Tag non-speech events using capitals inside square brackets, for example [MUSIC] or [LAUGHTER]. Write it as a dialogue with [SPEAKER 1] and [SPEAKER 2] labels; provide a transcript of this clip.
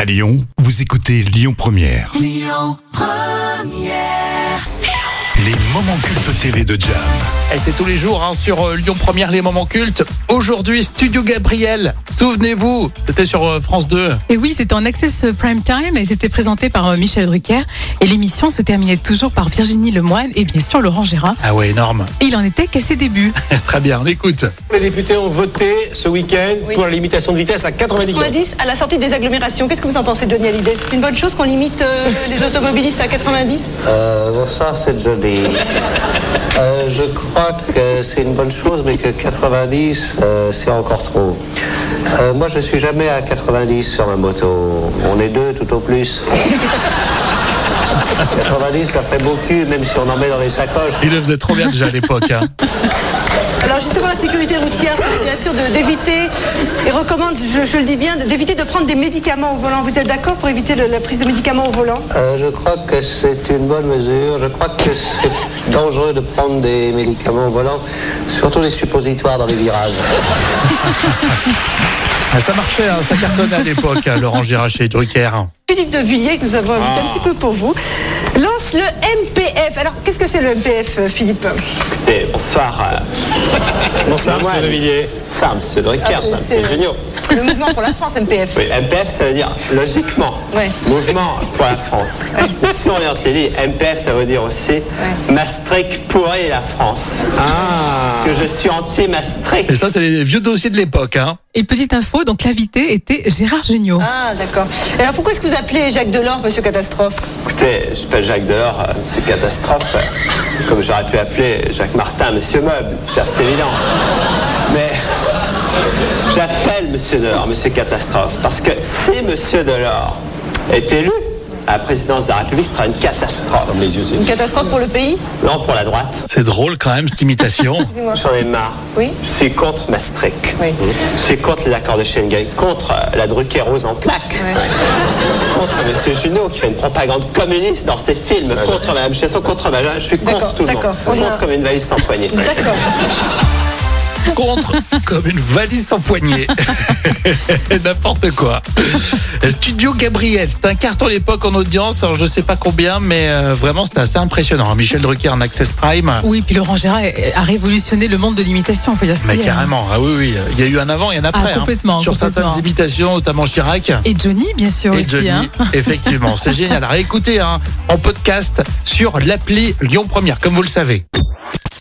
[SPEAKER 1] À Lyon, vous écoutez Lyon Première. Les moments cultes TV de Jam.
[SPEAKER 2] Et c'est tous les jours hein, sur euh, Lyon Première les moments cultes. Aujourd'hui Studio Gabriel. Souvenez-vous, c'était sur euh, France 2.
[SPEAKER 3] Et oui, c'était en Access Prime Time et c'était présenté par euh, Michel Drucker. Et l'émission se terminait toujours par Virginie Lemoine et bien sûr Laurent Gérard.
[SPEAKER 2] Ah ouais, énorme. [LAUGHS]
[SPEAKER 3] Et il en était qu'à ses débuts.
[SPEAKER 2] Très bien, on écoute.
[SPEAKER 4] Les députés ont voté ce week-end pour la limitation de vitesse à 90 km.
[SPEAKER 5] 90 à la sortie des agglomérations. Qu'est-ce que vous en pensez, Johnny Hallyday C'est une bonne chose qu'on limite euh, les automobilistes à 90
[SPEAKER 6] Euh, bon, ça c'est joli. Euh, je crois que c'est une bonne chose, mais que 90, euh, c'est encore trop. Euh, moi, je suis jamais à 90 sur ma moto. On est deux, tout au plus. 90, ça ferait beaucoup, même si on en met dans les sacoches.
[SPEAKER 2] Il le faisait trop bien déjà à l'époque. hein.
[SPEAKER 5] Alors justement, la sécurité routière, c'est bien sûr, de- d'éviter et recommande, je, je le dis bien, de- d'éviter de prendre des médicaments au volant. Vous êtes d'accord pour éviter le- la prise de médicaments au volant
[SPEAKER 6] Euh, je crois que c'est une bonne mesure. Je crois que c'est dangereux de prendre des médicaments volants, surtout les suppositoires dans les virages.
[SPEAKER 2] Ah, ça marchait, hein, ça cartonnait à l'époque, hein, Laurent Gérard chez Drucker.
[SPEAKER 5] Philippe de Villiers, que nous avons invité un petit peu pour vous, lance le MPF. Alors, qu'est-ce que c'est le MPF, euh, Philippe
[SPEAKER 7] Écoutez, bonsoir. euh, Bonsoir,
[SPEAKER 6] Bonsoir,
[SPEAKER 7] monsieur
[SPEAKER 6] Anne.
[SPEAKER 7] Devilliers. Ça, monsieur Drucker,
[SPEAKER 5] Ah, c'est-
[SPEAKER 7] ça,
[SPEAKER 5] c'est-
[SPEAKER 7] c'est génial.
[SPEAKER 5] Le mouvement pour la France, MPF.
[SPEAKER 7] Oui, MPF, ça veut dire logiquement
[SPEAKER 5] Ouais.
[SPEAKER 7] mouvement pour la
[SPEAKER 5] [LAUGHS]
[SPEAKER 7] France. Mais si on est entre les lignes, MPF, ça veut dire aussi Maastricht pourrait la France. Parce que je suis anti-Maastricht.
[SPEAKER 2] Et ça, c'est les vieux dossiers de l'époque. Hein.
[SPEAKER 3] Et petite info, donc l'invité était Gérard Jugnot.
[SPEAKER 5] Ah, d'accord. Et Alors, pourquoi est-ce que vous appelez Jacques Delors, monsieur Catastrophe
[SPEAKER 7] Écoutez, je m'appelle Jacques Delors, euh, c'est catastrophe. euh, Comme j'aurais pu appeler Jacques Martin, monsieur meuble, cher, c'est évident. Mais j'appelle monsieur Delors, monsieur catastrophe, parce que si monsieur Delors est élu, la présidence de la République sera une catastrophe.
[SPEAKER 5] Une catastrophe pour le pays
[SPEAKER 7] Non, pour la droite,
[SPEAKER 2] C'est drôle quand même, cette imitation.
[SPEAKER 7] j'en ai marre.
[SPEAKER 5] Oui.
[SPEAKER 7] Je suis contre Maastricht.
[SPEAKER 5] Oui.
[SPEAKER 7] Je suis contre les accords de Schengen, contre euh, la Drucker rose en plaque. Contre Monsieur Junot qui fait une propagande communiste dans ses films, contre Madame Chesson, contre Magin, je suis
[SPEAKER 5] D'accord,
[SPEAKER 7] contre tout le monde.
[SPEAKER 5] d'accord.
[SPEAKER 7] Je
[SPEAKER 5] On a-
[SPEAKER 7] monte comme une valise sans poignée.
[SPEAKER 5] D'accord.
[SPEAKER 2] contre comme une valise sans [LAUGHS] poignée. N'importe quoi. Studio Gabriel, c'est un carton à l'époque en audience, alors je sais pas combien, mais euh, vraiment c'était assez impressionnant. hein. Michel Drucker en Access Prime.
[SPEAKER 3] Oui, puis Laurent Gérard a révolutionné le monde de l'imitation, faut dire ce
[SPEAKER 2] Mais
[SPEAKER 3] qu'il y a.
[SPEAKER 2] carrément, ah oui, oui, il y a eu un avant et un après. hein.
[SPEAKER 3] Ah, complètement,
[SPEAKER 2] Sur
[SPEAKER 3] complètement.
[SPEAKER 2] certaines imitations, notamment Chirac.
[SPEAKER 3] Et Johnny, bien sûr
[SPEAKER 2] Et
[SPEAKER 3] aussi.
[SPEAKER 2] Johnny,
[SPEAKER 3] hein. [LAUGHS]
[SPEAKER 2] effectivement, c'est génial. Alors écoutez, hein, en podcast sur l'appli Lyon Première, comme vous le savez.